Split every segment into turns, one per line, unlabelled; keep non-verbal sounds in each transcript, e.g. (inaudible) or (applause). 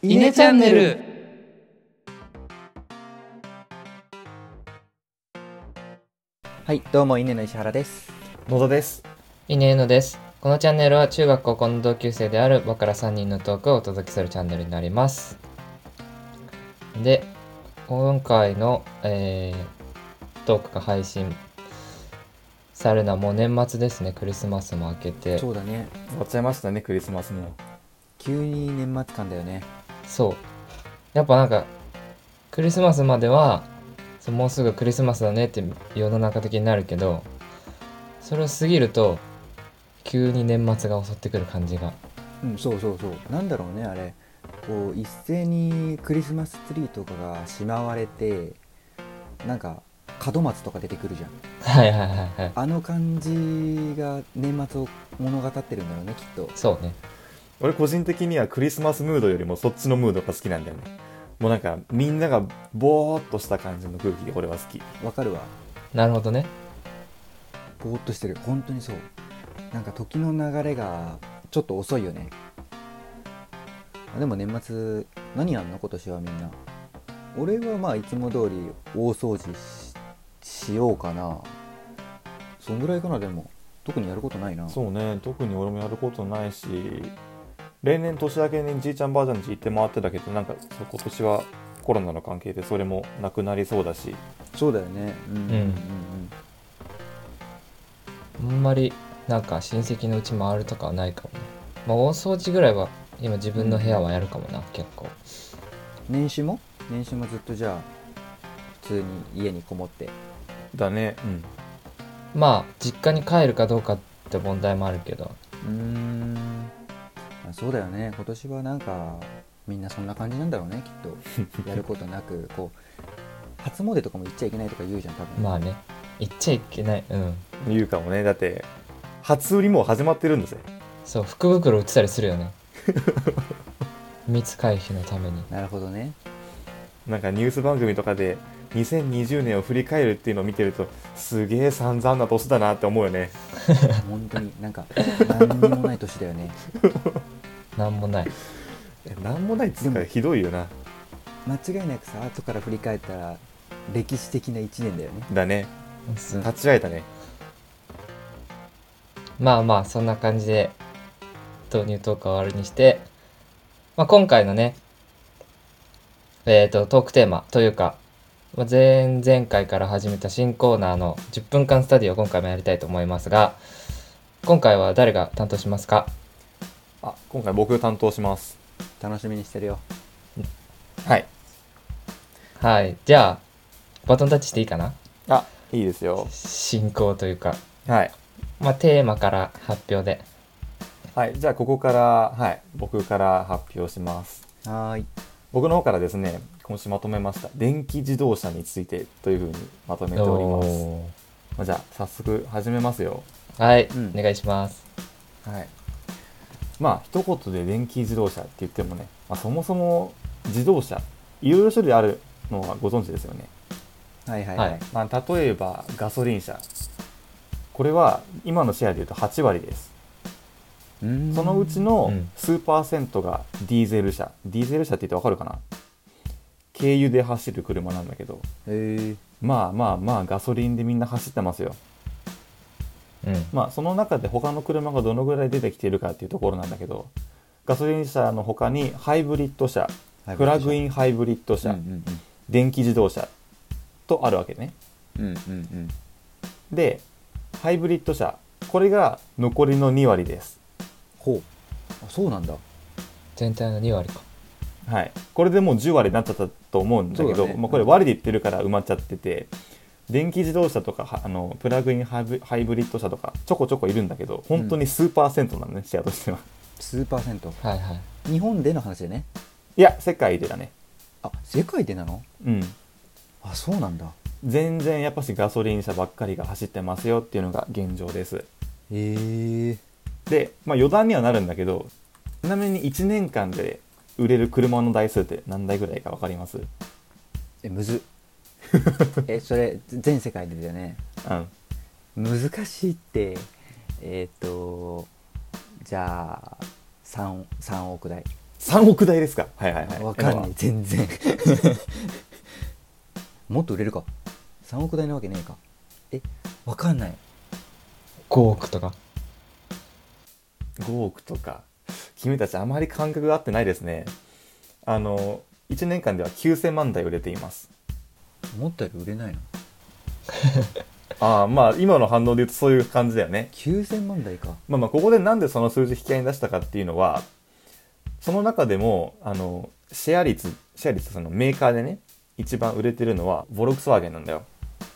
イネチャンネル
はい、どうも、稲の石原です。
野田です。
稲江野です。このチャンネルは中学高校の同級生である僕ら3人のトークをお届けするチャンネルになります。で、今回の、えートークが配信されるのはもう年末ですね。クリスマスも明けて。
そうだね。
終わっちゃいましたね、クリスマスも。
急に年末感だよね。
そう。やっぱなんか、クリスマスまでは、そうもうすぐクリスマスだねって世の中的になるけど、それを過ぎると、急に年末が襲ってくる感じが。
うん、そうそうそう。なんだろうね、あれ。こう、一斉にクリスマスツリーとかがしまわれて、なんか、門松とか出てくるじゃん。
はいはいはいはい。
あの感じが年末を物語ってるんだろうね、きっと。
そうね。
俺個人的にはクリスマスムードよりもそっちのムードが好きなんだよね。もうなんか、みんながぼーっとした感じの空気で俺は好き。
わかるわ。
なるほどね。
ぼーっとしてる。本当にそう。なんか、時の流れが、ちょっと遅いよね。あでも年末、何やんの今年はみんな。俺はまあいつも通り大掃除ししようかなそんぐらいかなでも特にやることないな
そうね、特に俺もやることないし、例年年明けにじいちゃんばあちゃんち行って回ってたけど、なんかそう今年はコロナの関係でそれもなくなりそうだし、
そうだよねうんうん
うんあんまりなんか親戚のうち回るとかはないかもね。まあ大掃除ぐらいは今自分の部屋はやるかもな、結構。
年始も年始もずっとじゃあ普通に家にこもって
だね。うん。
まあ実家に帰るかどうかって問題もあるけど。
うーんあそうだよね今年はなんかみんなそんな感じなんだろうねきっとやることなくこう初詣とかも行っちゃいけないとか言うじゃん多分
まあね。行っちゃいけない。うん。
言うかもね。だって、初売りもう始まってるんだぜ。
そう、福袋売ってたりするよね。密回避のために。
なるほどね
なんかニュース番組とかで、2020年を振り返るっていうのを見てると、すげえ散々な年だなって思うよね。
本当になんか何にもない年だよね (laughs)
なんもない。
えなんもないっつう
で
か
も
ひどいよな
間違いなくさ後から振り返ったら歴史的な1年だよね
だね
そう
立ち会えたね
まあまあそんな感じで導入トークは終わりにして、まあ、今回のねえっ、とトークテーマというかまあ前々回から始めた新コーナーの10分間スタディを今回もやりたいと思いますが今回は誰が担当しますか
あ今回僕担当します
楽しみにしてるよ
はい
はいじゃあバトンタッチしていいかな
あいいですよ
進行というか、
はい
まあ、テーマから発表で
はいじゃあここからはい僕から発表します
はーい
僕の方からですね今週まとめました電気自動車についてというふうにまとめております
お
まあじゃあ早速始めますよ
ーはい、
うん
お願いします
はいまあ一言で電気自動車って言ってもね、まあ、そもそも自動車いろいろ種類あるのはご存知ですよね
はいはいはい、
はい
まあ、例えばガソリン車これは今のシェアでいうと8割です
うーん
そのうちの
うん
数パーセントがディーゼル車ディーゼル車って言ってわかるかな軽油で走る車なんだけど
へ
まあまあまあガソリンでみんな走ってますよ
うん
まあその中で他の車がどのぐらい出てきているかっていうところなんだけどガソリン車の他にハイブリッド車
え
プラグイ
ン
ンハイブリッド
うん
車、電気自動車とあるわけね
うんうんうんうん
でハイブリッド車これが残りの2割です
ほうあそうなんだ
全体の2割か
はい、これでもう10割になっちゃったと思うんだけ
そ
ど
うだね
まあ、これ割りで言ってるから埋まっちゃってて電気自動車とかはあのプラグインハイブハイブリッド車とかちょこちょこいるんだけど本当に数パーセントなのね、シェアとしては
数パーセント
はいはい
日本での話でね
いや世界でだね
あ世界でなの
うん
あそうなんだ
全然やっぱしガソリン車ばっかりが走ってますよっていうのが現状です
へえ
で、まあ、余談にはなるんだけどちなみに1年間で売れる車の台数って何台ぐらいか分かります
えむ (laughs) ずえそれ全世界でだよね
うん
難しいってえっ、とじゃあ 3, 3億台
3億台ですかはいはいはい
わかんない
え
全然 (laughs) もっと売れるか3億台なわけねえかえわかんない
5億とか
5億とか君たちあまり感覚が合ってないですねあの1年間では9000万台売れています
思ったより売れないの
ああまあ今の反応で言うとそういう感じだよね
9000万台か
まあまあここでなんでその数字引き合いに出したかっていうのはその中でもあのシェア率シェア率そのメーカーでね一番売れてるのはボルクスワーゲンなんだよ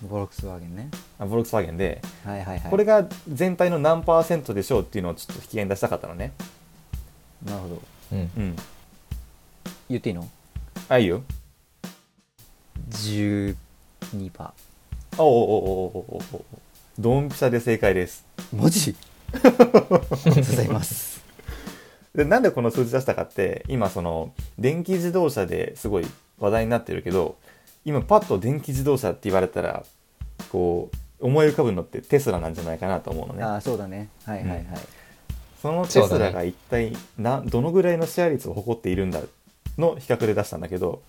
ボロクスワーゲンね
あボルクスワーゲンで
はいはいはい
これが全体の何パーセントでしょうっていうのをちょっと引き合いに出したかったのね
なるほど
うん
うん
言っていいの
あいいよ
?12%
あおおおおおおおドンピシャで正解です
マジありがとうございます
でなんでこの数字出したかって今その電気自動車ですごい話題になってるけど今パッと電気自動車って言われたらこう思い浮かぶのってテスラなんじゃないかなと思うの
あ
ね
あそうだねはいはいはい、
その
そ
テ
うだ
ス
ね
ラが一体な、どのぐらいのシェア率を誇っているんだの比較で出したんだけど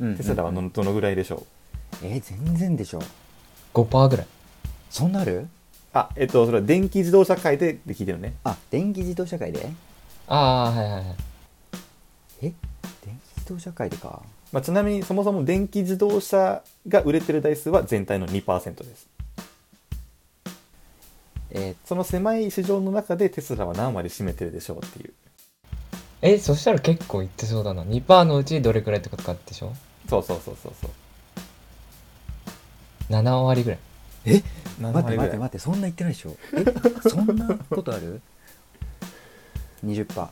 うん
テスラは
うん
のどのぐらいでしょう
え全然でしょ
5%ぐらい
そんなある
あえっとそれは電気自動車界でって聞いてるね
あ電気自動車界で
ああはいはいはい
え電気自動車界でか
まあ、ちなみにそもそも電気自動車が売れてる台数は全体の2%です
え
その狭い市場の中でテスラは何割占めてるでしょうっていう
えそしたら結構いってそうだな2%のうちどれくらいってことかでしょ
そうそうそうそうそう
7割ぐらい
ー
何
待って待っ
割ぐら
て
い
待ってそんな言ってないでしょえそんなことある ?20%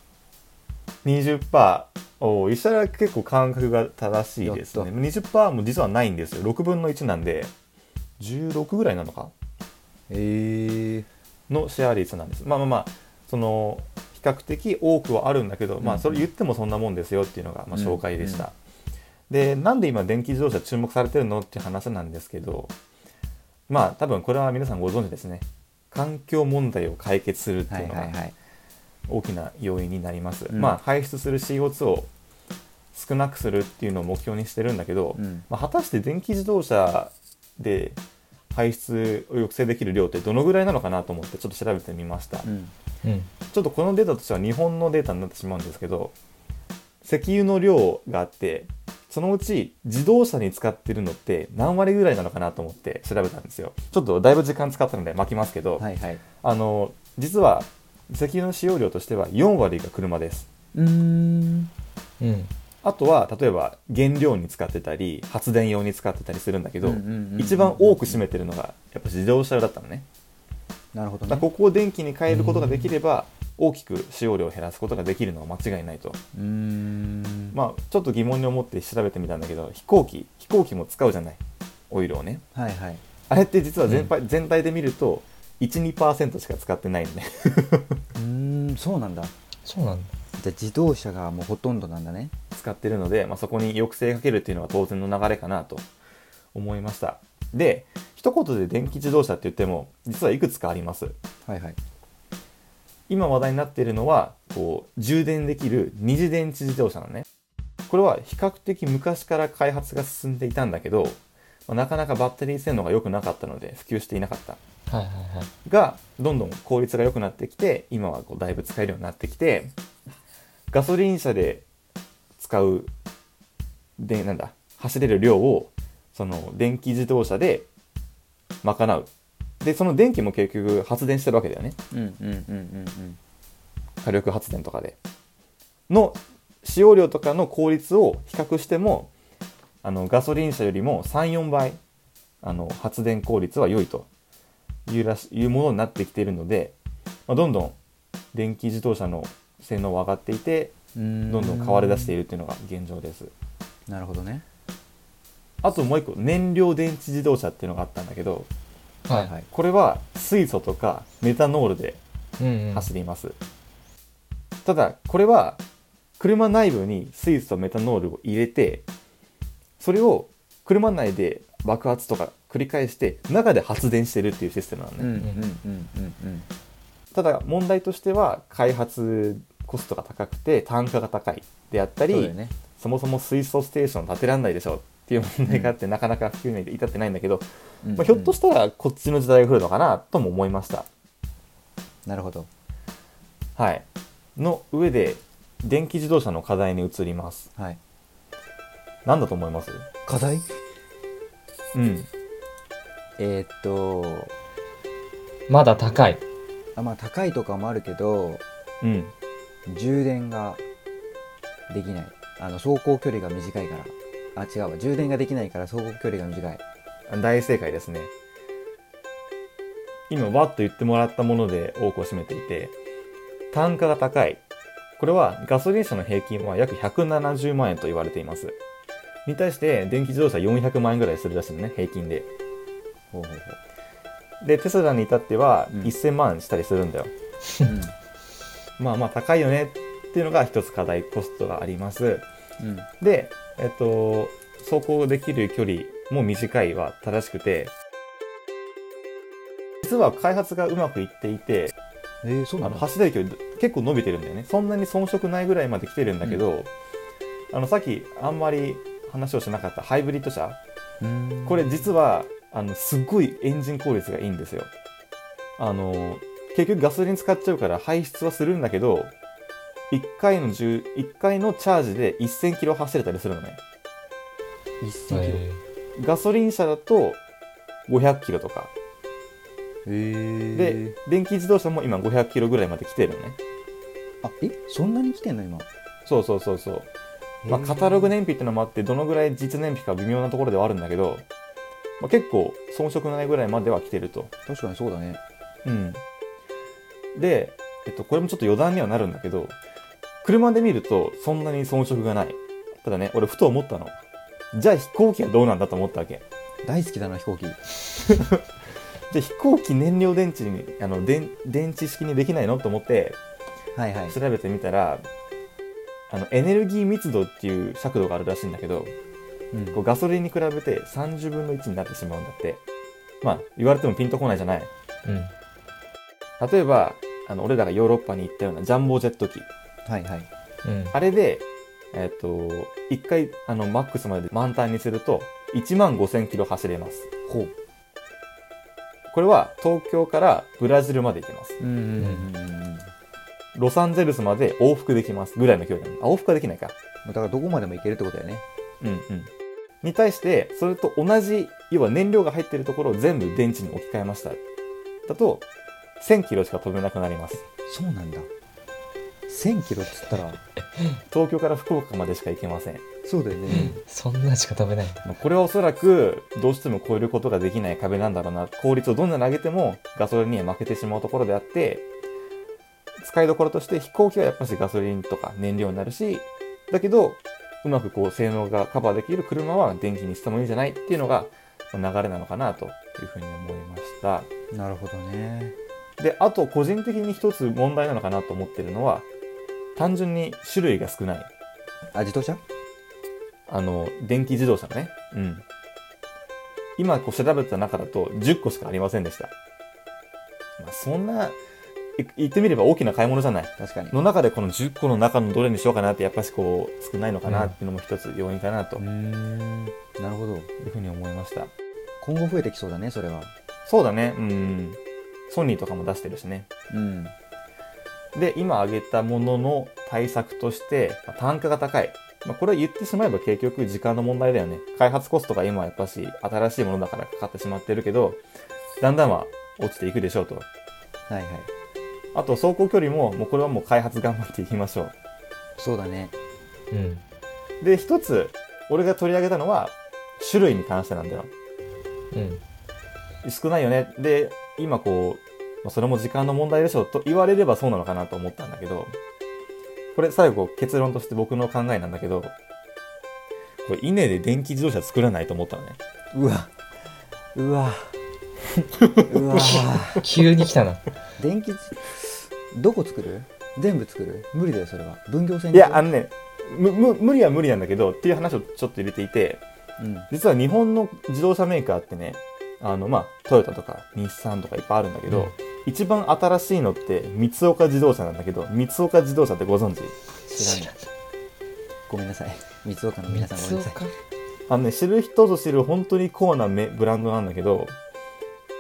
20%おお石原は結構感覚が正しいですね
や
20%も実はないんですよ6分の1なんで16ぐらいなのか
ええ
のシェア率なんですまあまあまあその比較的多くはあるんだけど、ま
う
あ
ん
それ言ってもそんなもんですよっていうのがまあ
うん
紹介でした、でなんで今電気自動車注目されてるのっていう話なんですけどまあ多分これは皆さんご存知ですね環境問題を解決するって
はいいう
の
はい
が
はい
大きな要因になります、
うん
まあ排出する CO2 を少なくするっていうのを目標にしてるんだけど、
うん
まあ、果たして電気自動車で排出を抑制できる量ってどのぐらいなのかなと思ってちょっと調べてみました、
うん
うん
ちょっとこのデータとしては日本のデータになってしまうんですけど石油の量があってそのうち自動車に使ってるのって何割ぐらいなのかなと思って調べたんですよちょっとだいぶ時間使ったので巻きますけど、
はいはい
あの実は石油の使用量としては4割が車です
うーん
うん
あとは例えば原料に使ってたり発電用に使ってたりするんだけど、
うんうんうんうん
一番多く占めてるのがやっぱ自動車だったのね
なるほど
だから
ね
ここを電気に変えることができれば大きく使用量を減らすことができるのは間違いないと
うーん
まあちょっと疑問に思って調べてみたんだけど飛行機飛行機も使うじゃないオイルをね
はいはい
あれって実は全,、全体で見ると12%しか使ってないのね
うーんそうなんだじ
そうなんだ
ゃあ自動車がもうほとんどなんだね
使ってるので、まあ、そこに抑制かけるっていうのは当然の流れかなと思いましたで一言で電気自動車って言っても実はいくつかあります
はいはい
今話題になっているのはこう充電できる二次電池自動車のねこれは比較的昔から開発が進んでいたんだけど、まあなかなかバッテリー性能が良くなかったので普及していなかった
はいはいはい
がどんどん効率が良くなってきて今はこうだいぶ使えるようになってきてガソリン車で使うでなんだ走れる量をその電気自動車で賄うでその電気も結局発電してるわけだよね
うんうんうんうんうん
火力発電とかでの使用量とかの効率を比較してもあのガソリン車よりも34倍あの発電効率は良いというらしいうものになってきているので、まあ、どんどん電気自動車の性能は上がっていて
うーん
どんどん買われ出しているっていうのが現状です
なるほどね
あともう一個燃料電池自動車っていうのがあったんだけど
はい
はい
これは水素とかメタノールで
うんうん
走ります、ただこれは車内部に水素とメタノールを入れてそれを車内で爆発とか繰り返して中で発電してるっていうシステムなのね、
うんうんうんうんうん
ただ問題としては開発コストが高くて単価が高いであったり
そう
そ,、
だよね
もそも水素ステーション建てらんないでしょっていう問題があって、なかなか普及に至ってないんだけど、まあ、ひょっとしたらこっちの時代が来るのかなとも思いました。
たなるほど
はい、の上で電気自動車の課題に移ります。
はい
何だと思います
課題
うん、
えー、っと
まだ高い。
あまあ高いとかもあるけど
うん、
充電ができないあの走行距離が短いからあ違うわ充電ができないから走行距離が短い
大正解ですね今わっと言ってもらったもので多くを占めていて単価が高いこれはガソリン車の平均は約170万円と言われていますに対して電気自動車400万円ぐらいするらしいのね平均で
ほうほうほ
でテスラに至っては
うん
1000万円したりするんだよ、まあまあ高いよねっていうのが一つ課題コストがあります
う、うん
で、えっと、走行できる距離も短いは正しくて、実は開発がうまくいっていて、
えー、そう
あ
な
の
の
走れる距離結構伸びてるんだよね。そんなに遜色ないぐらいまで来てるんだけど、あの、さっきあんまり話をしなかったハイブリッド車、
うん
これ実は、あの、すっごいエンジン効率がいいんですよ。あの、結局ガソリン使っちゃうから排出はするんだけど、1回の充、1回のチャージで1000キロ走れたりするのね。
1000キロ
え
ガソリン車だと500キロとか
え
で
ー、
電気自動車も今500キロぐらいまで来てるのね
あえそんなに来てんの今、
そうそうそうそう、まあ、カタログ燃費ってのもあってどのぐらい実燃費か微妙なところではあるんだけど、まあ、結構遜色ないぐらいまでは来てると
確かにそうだね
うんで、えっと、これもちょっと余談にはなるんだけど車で見るとそんなに遜色がないただね俺ふと思ったのじゃあ飛行機はどうなんだと思ったわけ
大好きだな飛行機
で飛行機燃料電池にあの電電池式にできないのと思って
はい (laughs) はい
調べてみたらあのエネルギー密度っていう尺度があるらしいんだけど
うん
こうガソリンに比べて30分の1になってしまうんだってまあ言われてもピンとこないじゃない
うん。
例えばあの俺らがヨーロッパに行ったようなジャンボジェット機
はいはい
うん。
あれでえっ、と1回あのマックスまで満タンにすると1万5000キロ走れます
ほう
これは東京からブラジルまで行けます
うんうんうんうんうん
ロサンゼルスまで往復できますぐらいの距離なのあ往復はできないか
だからどこまでも行けるってことだよね
うんうん、に対してそれと同じ要は燃料が入ってるところを全部電池に置き換えましただと1000キロしか飛べなくなります
そうなんだ1000キロっつったら
東京から福岡までしか行けません
そうだよね
そんなしか食べないんだ。
まあこれはおそらくどうしても超えることができない壁なんだろうな効率をどんなに上げてもガソリンには負けてしまうところであって使いどころとして飛行機はやっぱしガソリンとか燃料になるしだけどうまくこう性能がカバーできる車は電気にしてもいいんじゃないっていうのがまあ流れなのかなというふうに思いました。
なるほどね
であと個人的に一つ問題なのかなと思ってるのは単純に種類が少ない
あ自動車
あの電気自動車のねうん今こう調べた中だと10個しかありませんでした、まあ、そんない言ってみれば大きな買い物じゃない
確かに
の中でこの10個の中のどれにしようかなってやっぱしこう少ないのかなっていうのも一つ要因かなと
うーんなるほど
いうふうに思いました
今後増えてきそうだねそれは
そうだねうんソニーとかも出してるしね
うん
で今挙げたものの対策としてまあ単価が高い、まあ、これは言ってしまえば結局時間の問題だよね開発コストが今はやっぱし新しいものだからかかってしまってるけどだんだんは落ちていくでしょうと
はいはい
あと走行距離ももうこれはもう開発頑張っていきましょう
そうだね
うん。
で一つ俺が取り上げたのは種類に関してなんだよ
うん。
少ないよねで今こうまあそれも時間の問題でしょうと言われればそうなのかなと思ったんだけどこれ最後結論として僕の考えなんだけどこれ稲で電気自動車作らないと思ったのね
うわうわ (laughs) うわ
急に来たな。
電気自どこ作る全部作る無理だよそれは分業制
い
に
やあのねむむ無理は無理なんだけどっていう話をちょっと入れていて
うん
実は日本の自動車メーカーってねあのまあトヨタとか日産とかいっぱいあるんだけど、一番新しいのって三岡自動車なんだけど三岡自動車ってご存知
知らないごめんなさい三岡の皆さんごめんなさい
あのね知る人ぞ知る本当にコアなめブランドなんだけど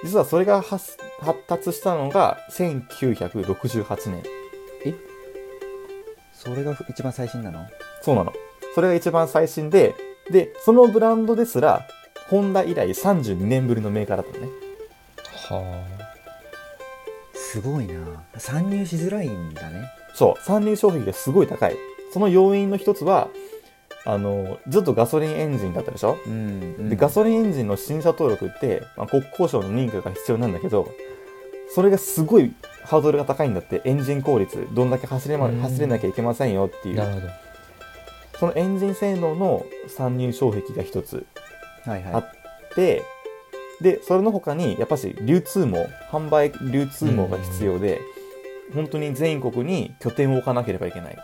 実はそれが発発達したのが1968年
それが一番最新なの
そうなのそれが一番最新ででそのブランドですらホンダ以来32年ぶりのメーカーだったのね
は
すごいな参入しづらいんだね
そう参入障壁がすごい高いその要因の一つはあのずっとガソリンエンジンだったでしょ
うん、
でガソリンエンジンの新車登録って、まあ、国交省の認可が必要なんだけどそれがすごいハードルが高いんだってエンジン効率どんだけ走れ,、ま、
うん
走れなきゃいけませんよって
あ
い
なるほ
う
ど
そのエンジン性能の参入障壁が一つ
はい
あ
は
ってでそれの他にやっぱし流通網販売流通網が必要で、本当に全国に拠点を置かなければいけない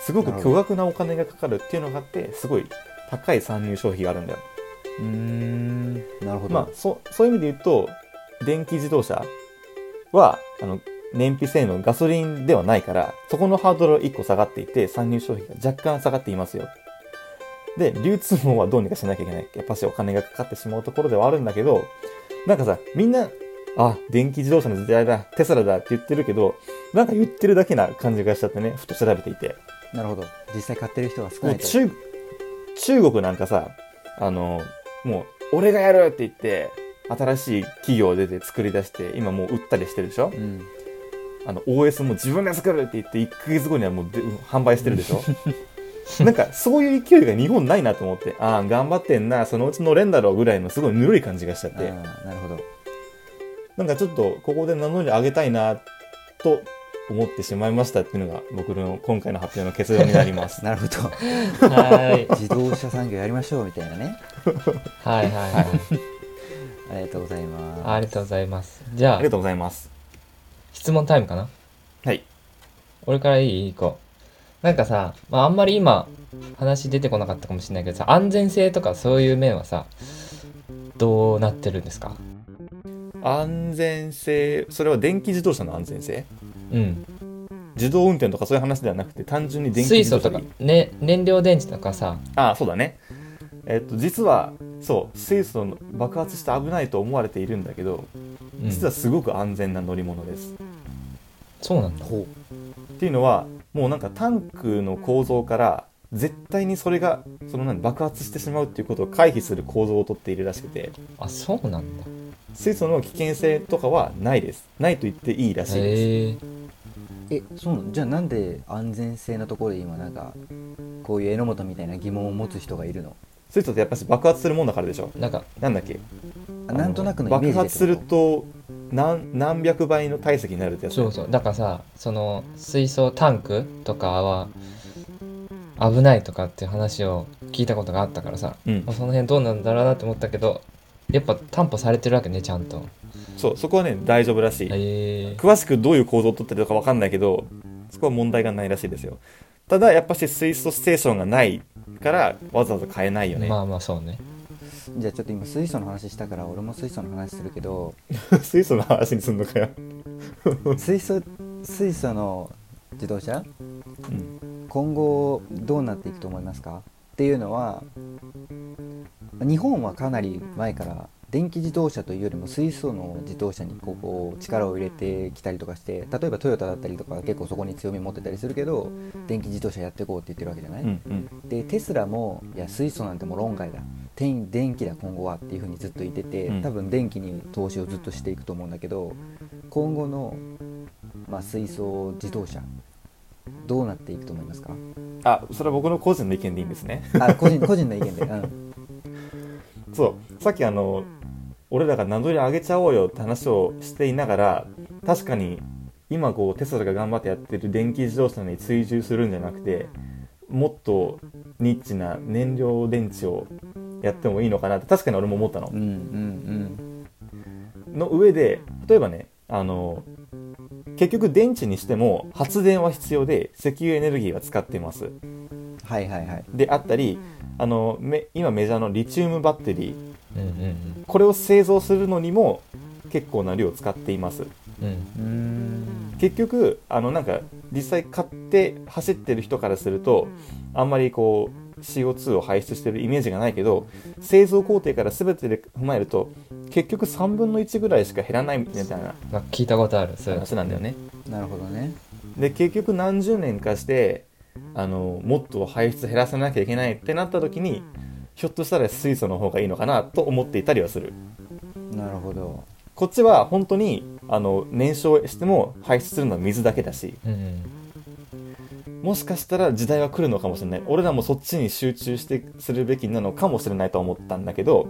すご
な
く
る
巨
ほ
額なお金がかかるっていうのがあってすごい高い参入消費があるんだよ
いうーんなるほど、
まあ、そそういう意味で言うと電気自動車はあの燃費性能ガソリンではないからそこのハードルは1個下がっていて参入消費が若干下がっていますよで流通網はどうにかしなきゃいけないやっぱしお金がかかってしまうところではあるんだけどなんかさみんなあ電気自動車の時代だテスラだって言ってるけどなんか言ってるだけな感じがしちゃってねふと調べていて
なるほど実際買ってる人が少
も
な
う
いと
中中国なんかさあのもう俺がやるって言って新しい企業出て作り出して今もう売ったりしてるでしょ
うん
あの OS も自分で作るって言って1ヶ月後にはもうで販売してるでしょなんかそういう勢いが日本ないなと思ってああ頑張ってんなそのうち乗れんだろうぐらいのすごいぬるい感じがしちゃっ
あ
て
ーなるほど
なんかちょっとここで名乗り上げたいなと思ってしまいましたっていうのが僕の今回の発表の結論になり
(laughs)
ます
なるほど
はい
自動車産業やりましょうみたいなね
はいはいはい
ありがとうございます
ありがとうございますじゃ
あ
あ
りがとうございます
質問タイムかな
はい
俺からいい一個なんかさ、まあ、あんまり今話出てこなかったかもしれないけどさ安全性とかそういう面はさどうなってるんですか
安全性それは電気自動車の安全性
うん
自動運転とかそういう話ではなくて単純に電気
水
自
素
動車
とか、ね、燃料電池とかさ
ああそうだねえっと実はそう水素の爆発して危ないと思われているんだけど
うん
実はすごく安全な乗り物です、
そうなんだ
ほ
っていうのはもうなんかタンクの構造から絶対にそれがその何爆発してしまうっていうことを回避する構造をとっているらしくて
あそうなんだ
水素の危険性とかはないですないと言っていいらしいです、
へえ
うえそうなのじゃあなんで安全性のところで今なんかこういう榎本みたいな疑問を持つ人がいるの
水素ってやっぱし爆発するもんだからでしょ
なんか
なんだっけ
あなんとなくのイメー
爆
ジで
発すると何何百倍の体積になるってやつ
そうそうだからさその水槽タンクとかは危ないとかっていう話を聞いたことがあったからさ、
うん
まあ、その辺どうなんだろうなって思ったけどやっぱ担保されてるわけねちゃんと
そうそこはね大丈夫らしい、
へえ
詳しくどういう構造をとってるのか分かんないけどそこは問題がないらしいですよただやっぱし水素ステーションがないからわざわざ買えないよね、
まあまあそうね
じゃあちょっと今水素の話したから俺も水素の話するけど
(laughs) 水素の話にすんのかよ、
水素水素の自動車
うん
今後どうなっていくと思いますかっていうのは日本はかなり前から電気自動車というよりも水素の自動車にこうこう力を入れてきたりとかして例えばトヨタだったりとか結構そこに強み持ってたりするけど電気自動車やっていこうって言ってるわけじゃない、
うんうん、
でテスラもいや水素なんてもう論外だ天電気だ今後はっていうふうにずっと言ってて、
うん
多分電気に投資をずっとしていくと思うんだけど今後の、まあ、水素自動車どうなっていくと思いますか
あそれは僕の個人の意見でいいんですね
あ個人個人の意見で、うん、
そうさっきあの俺らが名乗り上げちゃおうよって話をしていながら確かに今こうテスラが頑張ってやってる電気自動車に追従するんじゃなくてもっとニッチな燃料電池をやってもいいのかなって確かに俺も思ったの
うんうんうん
の上で例えばねあの結局電池にしても発電は必要で石油エネルギーは使っています
はいはいはい
であったりあのめ今メジャーのリチウムバッテリー
うんうん
これを製造するのにも結構な量使っています
うん
うーん
結局あのなんか実際買って走ってる人からするとあんまりこう CO2 を排出してるイメージがないけど製造工程から全てで踏まえると結局3分の1ぐらいしか減らないみたいな
なんか聞いたことあるそういう
話なんだよね。
なるほどね
で結局何十年かしてあのもっと排出減らさなきゃいけないってなった時にひょっとしたら水素の方がいいのかなと思っていたりはする
なるほど
こっちは本当にあの燃焼しても排出するのは水だけだし
うん
もしかしたら時代は来るのかもしれない俺らもそっちに集中してするべきなのかもしれないとは思ったんだけど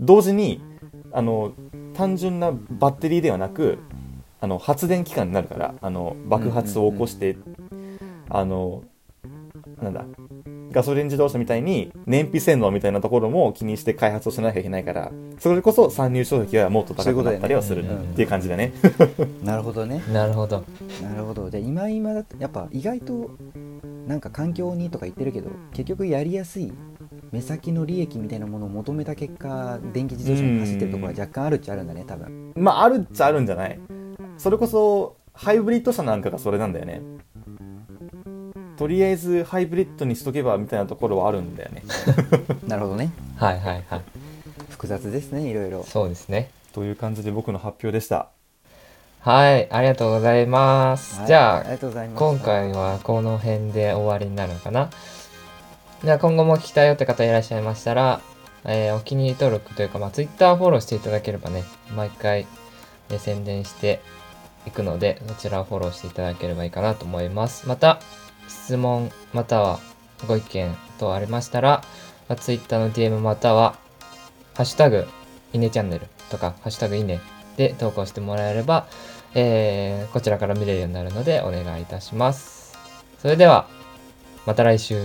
同時にあの単純なバッテリーではなくあの発電機関になるからあの爆発を起こして、あのなんだガソリン自動車みたいに燃費性能みたいなところも気にして開発をしなきゃいけないからそれこそ参入障壁はもっと高くなったりはする
そういうことだよね
っていう感じだね。
なるほどね
なるほど
なるほどじゃあ今今だとやっぱ意外となんか環境にとか言ってるけど結局やりやすい目先の利益みたいなものを求めた結果電気自動車に走ってるところは若干あるっちゃあるんだね多分
まああるっちゃあるんじゃないそれこそハイブリッド車なんかがそれなんだよねとりあえずハイブリッドにしとけばみたいなところはあるんだよね
なるほどね
はいはいはい
複雑ですねいろいろ
そうですね
という感じで僕の発表でした
はいありがとうございます、
はい
じゃ
ありがとうございます
今回はこの辺で終わりになるのかなじゃあ今後も聞きたいよって方いらっしゃいましたら、えーお気に入り登録というか、まあ、Twitter フォローしていただければね毎回、えー宣伝していくのでそちらをフォローしていただければいいかなと思いますまた質問またはご意見等ありましたら、まあ、Twitter の DM または「ハッシュタグいいねチャンネル」とか「ハッシュタグいいね」で投稿してもらえればえーこちらから見れるようになるのでお願いいたします。それでは、また来週。